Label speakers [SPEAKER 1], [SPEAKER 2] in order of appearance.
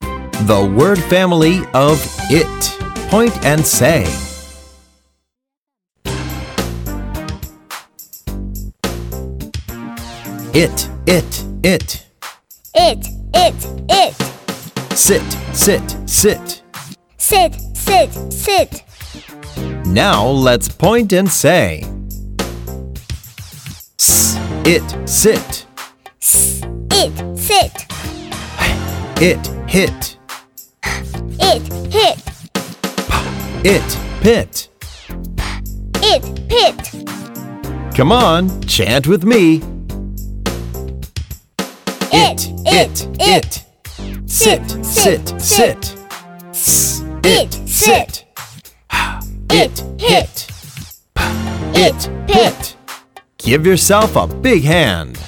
[SPEAKER 1] the word family of it. Point and say. It, it, it.
[SPEAKER 2] It, it, it.
[SPEAKER 1] Sit, sit, sit.
[SPEAKER 2] Sit, sit, sit.
[SPEAKER 1] Now let's point and say. S, it, sit.
[SPEAKER 2] It, sit.
[SPEAKER 1] It, hit.
[SPEAKER 2] It, hit.
[SPEAKER 1] It, pit.
[SPEAKER 2] It, pit.
[SPEAKER 1] Come on, chant with me.
[SPEAKER 2] It, it, it.
[SPEAKER 1] Sit, sit, sit. S, it, sit. It, hit. P, It, pit. Give yourself a big hand.